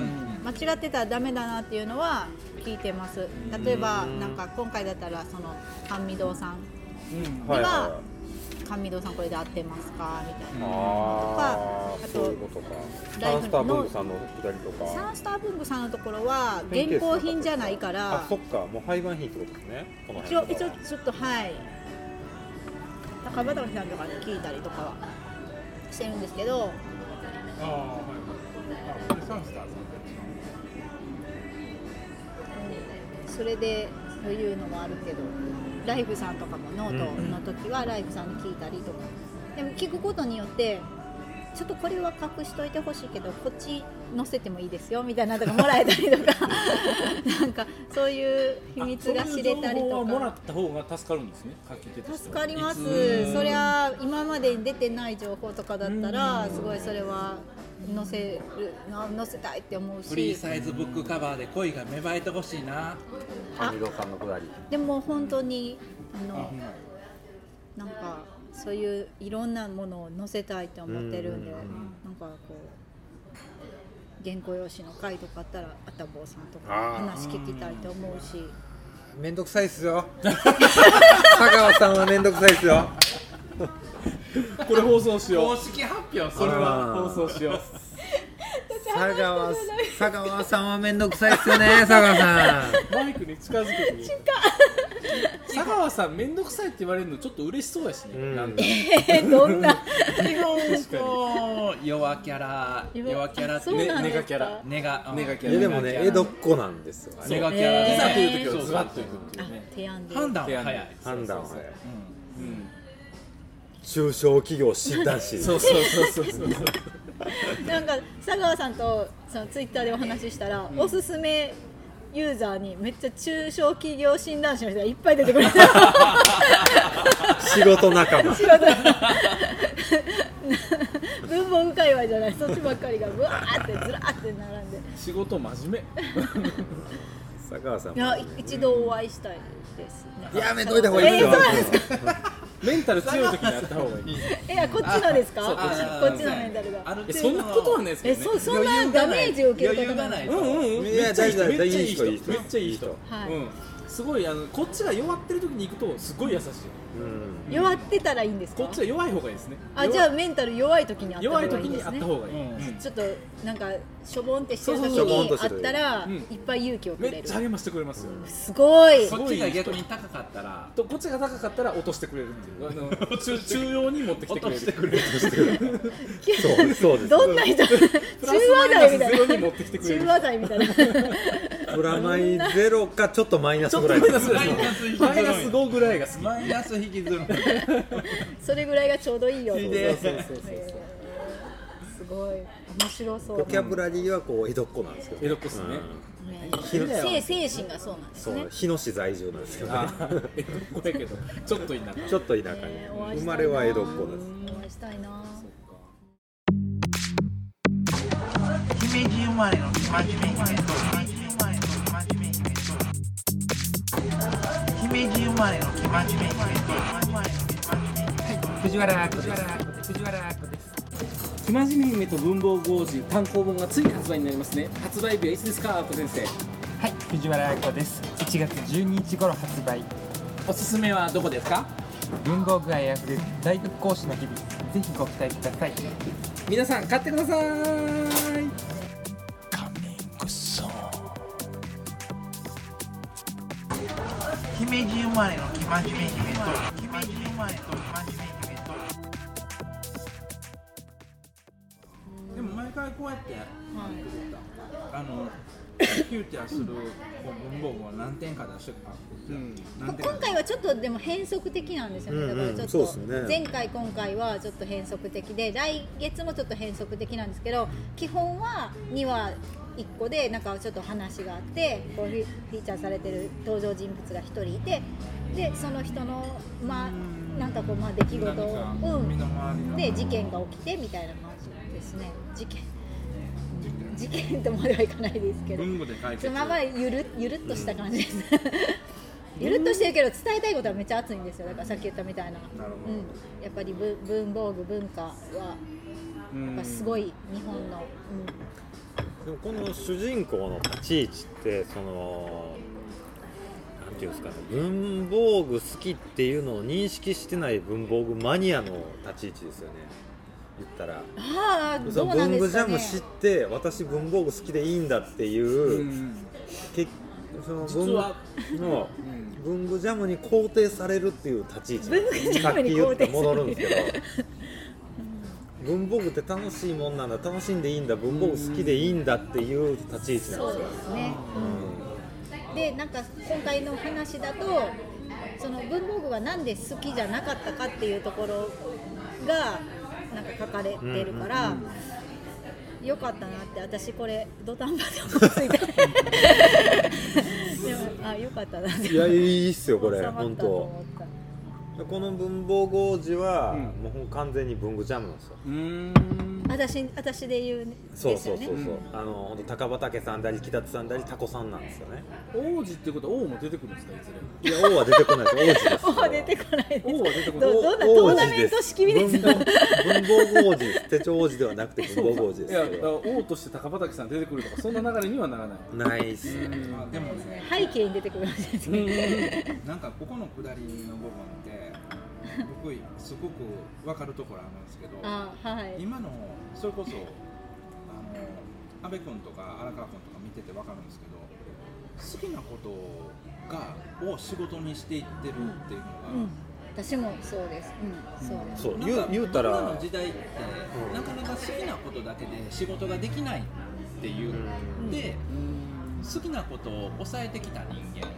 [SPEAKER 4] 間違ってたらダメだなっていうのは聞いてます例えば
[SPEAKER 3] うん
[SPEAKER 4] なんか今回だったらその甘味堂さん
[SPEAKER 1] うん
[SPEAKER 3] はいはい
[SPEAKER 4] 今甘味堂さんこれで合ってますかみたい
[SPEAKER 3] あ
[SPEAKER 4] な、とかあ
[SPEAKER 3] あ
[SPEAKER 4] と
[SPEAKER 3] そういうことか
[SPEAKER 4] ラ
[SPEAKER 3] サ
[SPEAKER 4] イ
[SPEAKER 3] ン
[SPEAKER 4] フ
[SPEAKER 3] スター
[SPEAKER 4] の
[SPEAKER 3] 文具さんの下りと
[SPEAKER 4] サ
[SPEAKER 3] か
[SPEAKER 4] ンスター文具さんのところは
[SPEAKER 3] ペンケー
[SPEAKER 4] 現
[SPEAKER 3] スの
[SPEAKER 4] 行品じゃないから
[SPEAKER 3] あそっかもう廃盤品ってことですねこの
[SPEAKER 4] 一応
[SPEAKER 3] 辺と
[SPEAKER 4] 一
[SPEAKER 3] か
[SPEAKER 4] 応ちょっとはい高畑さんとかに聞いたりとかはしてるんですけど
[SPEAKER 5] ああ、はい。あ、これサンスターさん
[SPEAKER 4] それでそういうのもあるけどライフさんとかもノートの時はライフさんに聞いたりとかでも聞くことによってちょっとこれは隠しといてほしいけどこっち載せてもいいですよみたいなのとかもらえたり とかなんかそういう秘密が知れ
[SPEAKER 1] あそうい
[SPEAKER 4] たり
[SPEAKER 1] う情報
[SPEAKER 4] と
[SPEAKER 1] はもら
[SPEAKER 4] か
[SPEAKER 1] った方が助かるんですね書き手として
[SPEAKER 4] 助
[SPEAKER 1] は
[SPEAKER 4] かりま
[SPEAKER 1] い
[SPEAKER 4] す
[SPEAKER 1] つ
[SPEAKER 4] そりゃ今までに出てない情報とかだったらすごいそれは載せる載せたいって思う
[SPEAKER 5] フリー
[SPEAKER 4] し
[SPEAKER 5] サイズブックカバーで恋が芽生えてほしいな。
[SPEAKER 4] あ
[SPEAKER 3] 堂さんの下り
[SPEAKER 4] でも本当にあ
[SPEAKER 5] あ
[SPEAKER 4] の
[SPEAKER 5] ほんまや
[SPEAKER 4] なんかそういういろんなものを載せたいと思ってるんで、
[SPEAKER 3] うんうん
[SPEAKER 4] なんかこう原稿用紙の回とかあったらあたぼうさんとか
[SPEAKER 3] あー
[SPEAKER 4] 話聞きたいと思うし
[SPEAKER 3] めんどくさいっすよ佐川さんはめんどくさいっすよ
[SPEAKER 1] これ放送しよ
[SPEAKER 5] 公
[SPEAKER 1] う
[SPEAKER 5] 式発表す
[SPEAKER 1] こ
[SPEAKER 5] る
[SPEAKER 1] れは
[SPEAKER 3] あー
[SPEAKER 1] 放送しよう
[SPEAKER 3] 佐川佐川さんはめんどくさいっす よね佐川さん
[SPEAKER 1] マイクに近づけてみ近佐川さん面倒くさいって言われるのちょっと嬉しそうやしね、
[SPEAKER 3] うん
[SPEAKER 1] なんだ
[SPEAKER 4] え どんな
[SPEAKER 5] 基本こう弱キャラ、弱キャラって
[SPEAKER 4] そうな
[SPEAKER 1] ね
[SPEAKER 4] んです
[SPEAKER 1] ネガキャラ
[SPEAKER 4] か、
[SPEAKER 5] ネガ
[SPEAKER 1] ネガキ
[SPEAKER 3] い
[SPEAKER 1] ャラ
[SPEAKER 3] やでもね江戸っ子なんですよ
[SPEAKER 5] ネガキ
[SPEAKER 4] えー
[SPEAKER 5] ャ
[SPEAKER 1] い
[SPEAKER 5] ラ。
[SPEAKER 1] ざ
[SPEAKER 4] い
[SPEAKER 1] という時はズ
[SPEAKER 5] ズバ
[SPEAKER 1] バッ
[SPEAKER 5] ッ
[SPEAKER 1] といくっていうね
[SPEAKER 4] 提案で
[SPEAKER 5] 判断は早い。
[SPEAKER 3] 判断は早い
[SPEAKER 1] うん
[SPEAKER 3] 中小企業診断士
[SPEAKER 1] そうそうそうそうそう
[SPEAKER 4] なんか佐川さんとそのツイッターでお話ししたら、おすすめユーザーにめっちゃ中小企業診断士の人がいっぱい出てくる
[SPEAKER 3] 仕事仲 間
[SPEAKER 4] 仕事文房具界隈じゃないそっちばっかりがぶわーってずらーって並んで
[SPEAKER 1] 仕事真面
[SPEAKER 3] 佐川さん
[SPEAKER 4] いやい一度お会いしたいですね
[SPEAKER 3] やめといた方がいいっすよ
[SPEAKER 4] えーそうなんですか
[SPEAKER 1] 目メンタル強い時にやった方がいい
[SPEAKER 4] えいやこっちのですか
[SPEAKER 1] そうこっちの
[SPEAKER 4] こっちのメンタルが
[SPEAKER 1] えそんなことはないですけ
[SPEAKER 4] え
[SPEAKER 1] どね
[SPEAKER 4] そうそんなダメージを受けることが
[SPEAKER 5] が
[SPEAKER 4] な
[SPEAKER 5] ないい。
[SPEAKER 1] うんうんうん
[SPEAKER 3] いや
[SPEAKER 1] めっちゃいい人
[SPEAKER 3] 大丈夫い
[SPEAKER 1] めっちゃいい人
[SPEAKER 3] い人
[SPEAKER 1] めっちゃいい人
[SPEAKER 3] いい
[SPEAKER 4] はい
[SPEAKER 1] うんすごいあのこっちが弱ってる時に行くとすごい優しい
[SPEAKER 3] うん
[SPEAKER 4] 弱ってたらいいんです
[SPEAKER 1] こ
[SPEAKER 4] か
[SPEAKER 1] っちは弱い方がいいですね
[SPEAKER 4] あじゃあメンタル弱い時にあった
[SPEAKER 1] 弱
[SPEAKER 4] 方
[SPEAKER 1] い
[SPEAKER 4] がい
[SPEAKER 1] 時
[SPEAKER 4] いんで
[SPEAKER 1] にあ
[SPEAKER 4] す
[SPEAKER 1] っ
[SPEAKER 4] ね
[SPEAKER 1] た方がいい、
[SPEAKER 5] うん
[SPEAKER 1] うん
[SPEAKER 4] ちょっとなんかしょぼんってしてる時
[SPEAKER 3] そうそうしょぼん
[SPEAKER 4] に
[SPEAKER 3] とし
[SPEAKER 4] あ
[SPEAKER 3] て
[SPEAKER 4] っ
[SPEAKER 3] る
[SPEAKER 4] たら
[SPEAKER 1] うん
[SPEAKER 4] いっぱい勇気をく
[SPEAKER 1] め
[SPEAKER 4] れ
[SPEAKER 1] っ
[SPEAKER 4] る
[SPEAKER 1] ちゃ励ましてくれますよ、
[SPEAKER 4] すごい
[SPEAKER 5] こっちが逆に高かったら。
[SPEAKER 1] とこっちが高かったら落としてくれるっていう あの中中央に持ってきてくれる
[SPEAKER 5] くれる。
[SPEAKER 3] そうそうです
[SPEAKER 4] どんな人 中
[SPEAKER 1] プラス
[SPEAKER 4] 和
[SPEAKER 1] マイナ
[SPEAKER 4] 剤
[SPEAKER 1] ス
[SPEAKER 4] みた
[SPEAKER 1] ゼロに
[SPEAKER 4] い
[SPEAKER 1] 持
[SPEAKER 4] な
[SPEAKER 1] ってきてくれ
[SPEAKER 4] 中
[SPEAKER 1] る
[SPEAKER 4] 和剤みたいな
[SPEAKER 3] プラマイゼロかちょっとマイナ
[SPEAKER 1] ち
[SPEAKER 3] ス
[SPEAKER 1] ょっと
[SPEAKER 3] ぐ
[SPEAKER 1] マ
[SPEAKER 3] らい
[SPEAKER 1] イナス
[SPEAKER 5] マイナス引きずる
[SPEAKER 1] マイナス5ぐらいが好き
[SPEAKER 5] マイナス引きずる。
[SPEAKER 4] それぐらいがちょうどいいよ
[SPEAKER 5] いい
[SPEAKER 4] え
[SPEAKER 5] ね
[SPEAKER 4] ーすごい面白そう
[SPEAKER 3] ボキャブラリーはこう江戸っ子なんですけど
[SPEAKER 1] 江戸っ子っすね
[SPEAKER 4] ね
[SPEAKER 3] ひろ
[SPEAKER 4] 精精神がそうなんです
[SPEAKER 3] そう
[SPEAKER 4] ね
[SPEAKER 3] 日野市在住なんですけどね
[SPEAKER 1] あーえこれやけどちょっと田舎
[SPEAKER 3] ちょっと田舎に
[SPEAKER 4] ねお会い
[SPEAKER 3] 生
[SPEAKER 4] したいな
[SPEAKER 3] まれは江戸っ子です
[SPEAKER 4] お会いしたいな
[SPEAKER 6] 姫路生まれの真面目イメージ姫路生まれの真面目イメージ姫路生まれの真面目イメージ
[SPEAKER 7] 生真面目夢と文房具王子単行本がついに発売になりますね発売日はいつですかアーコ先生
[SPEAKER 8] はい、藤原彩子です。1月12日頃発売。
[SPEAKER 7] おすすめはどこですか
[SPEAKER 8] 文房具愛あふれる大学講師の日々ぜひご期待ください
[SPEAKER 7] 皆さん買ってください
[SPEAKER 6] 姫路生まれの生真面目姫と生真面目姫と生真面目姫と
[SPEAKER 5] でも毎回こうやって
[SPEAKER 4] い
[SPEAKER 5] あのフューチャーするこう文房具を何点か出してくる、何点か
[SPEAKER 4] 今回はちょっとでも変則的なんですよね、
[SPEAKER 3] うんうん
[SPEAKER 4] だからち
[SPEAKER 3] そう
[SPEAKER 4] ょ
[SPEAKER 3] で
[SPEAKER 4] っ
[SPEAKER 3] す
[SPEAKER 4] と
[SPEAKER 3] ね
[SPEAKER 4] 前回、今回はちょっと変則的で来月もちょっと変則的なんですけど基本は2話1個でなんかちょっと話があってこうフィフィーチャーされてる登場人物が1人いてでその人の、まあ、なんかこうまあ出来事
[SPEAKER 5] 何か
[SPEAKER 4] を、う
[SPEAKER 5] 身
[SPEAKER 4] ん、
[SPEAKER 5] の回りの
[SPEAKER 4] で事件が起きてみたいな感じですね事件事件とまではいかないですけど。
[SPEAKER 5] 文具で解
[SPEAKER 4] そ
[SPEAKER 5] 決
[SPEAKER 4] のままゆるゆるっとした感じです、ゆるっとしてるけど伝えたいことはめっちゃ熱いんですよだからさっき言ったみたいな
[SPEAKER 5] なるほど
[SPEAKER 4] うん、やっぱり文文房具文化はやっぱすごい日本の、
[SPEAKER 3] でもこの主人公の立ち位置ってそのなんていうんですかね文房具好きっていうのを認識してない文房具マニアの立ち位置ですよね言ったら
[SPEAKER 4] うん、ああ
[SPEAKER 3] そ
[SPEAKER 4] どう
[SPEAKER 3] の
[SPEAKER 4] なん
[SPEAKER 3] 文
[SPEAKER 4] で
[SPEAKER 3] 具
[SPEAKER 4] す
[SPEAKER 3] ジャ
[SPEAKER 4] か
[SPEAKER 3] ム
[SPEAKER 4] ね
[SPEAKER 3] 知って私文房具好きでいいんだっていう、結その文具の文具ジャムに肯定されるっていう立ち位
[SPEAKER 4] 文具ジ
[SPEAKER 3] 置さ
[SPEAKER 4] ャ
[SPEAKER 3] っ
[SPEAKER 4] ムに
[SPEAKER 3] き
[SPEAKER 4] 肯定
[SPEAKER 3] 言った
[SPEAKER 4] される
[SPEAKER 3] 戻るんですけど文房具って楽しいもんなんだ楽しんでいいんだ文房具好きでいいんだっていう立ち位置なんで
[SPEAKER 4] そう
[SPEAKER 3] すよ
[SPEAKER 4] ですね、うん、でなんか今回の話だとその文房具がなんで好きじゃなかったかっていうところがなんか書かれてるから、よかったなって私これ土壇場で思いつ いてでもあよかったなって
[SPEAKER 3] いやいいっすよこれ
[SPEAKER 4] 収まった
[SPEAKER 3] 本
[SPEAKER 4] と
[SPEAKER 3] 当
[SPEAKER 4] 思った
[SPEAKER 3] この文房具王子は、もう完全に文具ジャムなんですよ
[SPEAKER 4] 私私で言うね
[SPEAKER 3] そう
[SPEAKER 4] です
[SPEAKER 3] そ
[SPEAKER 4] よ
[SPEAKER 3] うそう
[SPEAKER 4] ね
[SPEAKER 3] そう、あの本当高畑さんだり木立さんだりタコさんなんですよね
[SPEAKER 1] 王子ってことは王も出てくるんですかいずれ
[SPEAKER 3] いや王は出てこないです王子です
[SPEAKER 4] お出てこないです
[SPEAKER 1] 王は出てこない
[SPEAKER 4] どうどうなトーナメント式みたいな
[SPEAKER 3] 文房文房具王子です手帳王子ではなくて文房具王子です
[SPEAKER 1] いやだ
[SPEAKER 3] け
[SPEAKER 1] から
[SPEAKER 3] ど
[SPEAKER 1] 王として高畑さん出てくるとかそんな流れにはならない
[SPEAKER 3] ないっすね
[SPEAKER 5] あでもね
[SPEAKER 4] 背景に出てくるんですね
[SPEAKER 5] なんかここの下りの部分って僕すごく分かるところあるんですけど
[SPEAKER 4] あはい
[SPEAKER 5] 今のそれこそあの安部君とか荒川君とか見てて分かるんですけど好きなことがを仕事にしていってるっていうのが、
[SPEAKER 4] うん私もそうですうんそうです
[SPEAKER 3] そう
[SPEAKER 5] なん
[SPEAKER 3] 言
[SPEAKER 5] か
[SPEAKER 3] う言うた
[SPEAKER 5] 今の
[SPEAKER 3] ら
[SPEAKER 5] 時 代ってなかなか好きなことだけで仕事ができないっていう、で好きなことを抑えてきた人間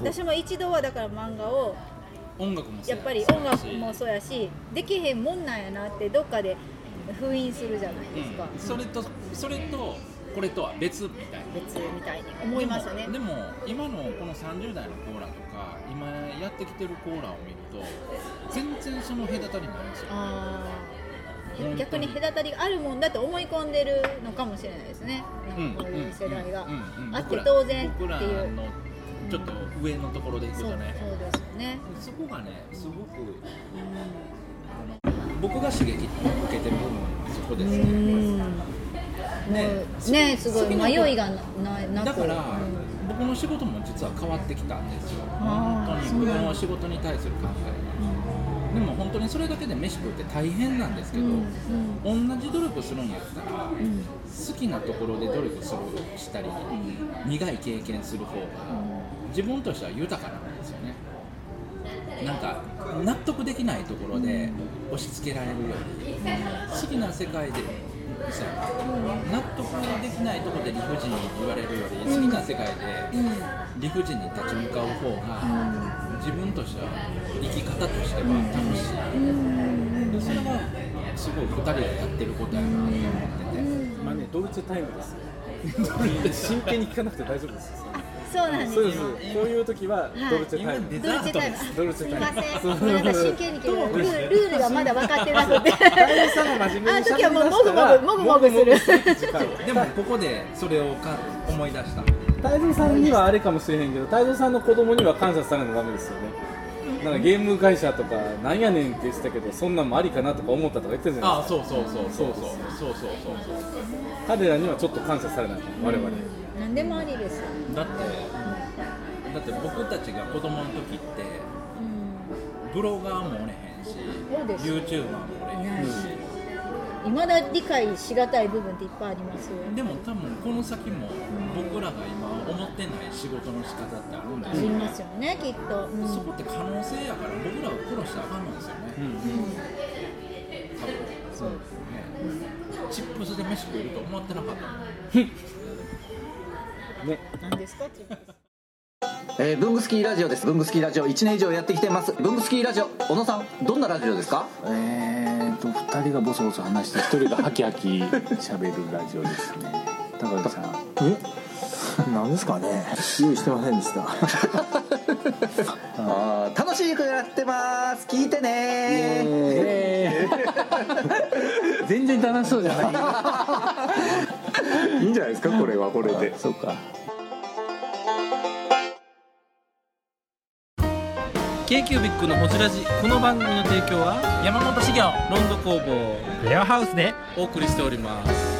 [SPEAKER 4] 私も一度はだから漫画を
[SPEAKER 5] 音楽もそう
[SPEAKER 4] やっぱり音楽もそうやしできへんもんなんやなってどっかで封印するじゃないですか、
[SPEAKER 5] うんそれとそれとこれとは別みたいな
[SPEAKER 4] 別みたいに思いますよね
[SPEAKER 5] でもでも今のこの30代のコーラとか今やってきてるコーラを見ると全然その隔たりないんですよ
[SPEAKER 4] あ
[SPEAKER 5] う
[SPEAKER 4] ー
[SPEAKER 5] ん
[SPEAKER 4] 逆に隔たりがあるもんだと思い込んでるのかもしれないですねなんかこういう世代が、
[SPEAKER 5] うんうんうん
[SPEAKER 4] あって当然ってい
[SPEAKER 5] 僕
[SPEAKER 4] う
[SPEAKER 5] らのちょっと上のところでいく
[SPEAKER 4] そう
[SPEAKER 5] と
[SPEAKER 4] そう
[SPEAKER 5] ね
[SPEAKER 4] ですよね、
[SPEAKER 5] そこがねすごくあの僕が刺激受けてる部分はそこですよね
[SPEAKER 4] ねねすごい迷いがなな
[SPEAKER 5] だ
[SPEAKER 4] く
[SPEAKER 5] から、
[SPEAKER 4] うん
[SPEAKER 5] 僕の仕事も実は変わってきたんですよ
[SPEAKER 4] あ
[SPEAKER 5] 本
[SPEAKER 4] ー
[SPEAKER 5] 当に僕の仕事に対する考えが、でも本当にそれだけで飯食うって大変なんですけど、同じ努力するんやったら、好きなところで努力するしたり、苦い経験する方が、自分としては豊かなんですよねなんか納得できないところで押し付けられるより好きな世界でさ納得できないところで理不尽に言われるより好きな世界で理不尽に立ち向かう方が自分としては生き方としては楽しいでそれがすごい2人がやってることやなと思ってて
[SPEAKER 1] まあねドイツタイム ですよ真剣に聞かなくて大丈夫ですよ
[SPEAKER 4] そうなんです
[SPEAKER 1] そう
[SPEAKER 4] よ
[SPEAKER 1] ですこういう時はドルチェタイム
[SPEAKER 5] 今デ
[SPEAKER 4] ド
[SPEAKER 5] ザ
[SPEAKER 4] ルチ
[SPEAKER 5] ー
[SPEAKER 4] ェ
[SPEAKER 5] ト
[SPEAKER 4] タ
[SPEAKER 5] で
[SPEAKER 4] イム
[SPEAKER 5] す
[SPEAKER 4] あ
[SPEAKER 1] ドルチェタイム
[SPEAKER 4] すみませんごめんなさい真剣に聞いてるルールルールがまだ分かってなくてあの時はもうもぐもぐもぐもぐする
[SPEAKER 5] でもここでそれをか思い出した
[SPEAKER 1] 太蔵さんにはあれかもしれへんけど太蔵さんの子供には感謝されるのダメですよねなんかゲーム会社とかなんやねんって言ってたけどそんなんもありかなとか思ったとか言ってたじゃない
[SPEAKER 5] あ
[SPEAKER 1] で
[SPEAKER 5] あそうそうそうそうそうそうそうそう
[SPEAKER 1] すか彼らにはちょっと感謝されない我々
[SPEAKER 4] 何でもありですよ
[SPEAKER 5] だってだって僕たちが子供の時って
[SPEAKER 4] う
[SPEAKER 5] 文
[SPEAKER 4] ん
[SPEAKER 5] ブロガーもおれへんし
[SPEAKER 4] そうです
[SPEAKER 5] YouTuber もおれへんし、
[SPEAKER 4] 未だ理解しがたい部分っていっぱいありますよ
[SPEAKER 5] でも多分この先も僕らが今思ってない仕事の仕方ってあるんで
[SPEAKER 4] あ
[SPEAKER 5] す
[SPEAKER 4] り
[SPEAKER 5] よ、
[SPEAKER 4] ますよねきっと、うん
[SPEAKER 5] そこって可能性やから僕らを苦労したらあかんのですよね、多分そうですね、チップスで飯食えると思ってなかったもん
[SPEAKER 4] なんですかっていう
[SPEAKER 9] えー、ブングスキーラジオですブングスキーラジオ1年以上やってきてますブングスキーラジオ小野さんどんなラジオですか
[SPEAKER 10] えーと2人がボソボソ話して1人がハキハキ喋るラジオですね高橋さん
[SPEAKER 8] えなんですかね用意してませんでした
[SPEAKER 9] あー楽しくやってます聞いてね
[SPEAKER 10] えー全然楽しそうじゃない
[SPEAKER 8] いんじゃないですかこれはこれで
[SPEAKER 10] いそうか
[SPEAKER 2] k q b i c のホジラジこの番組の提供は山本資源ロンド工房
[SPEAKER 10] レアハウスで
[SPEAKER 2] お送りしております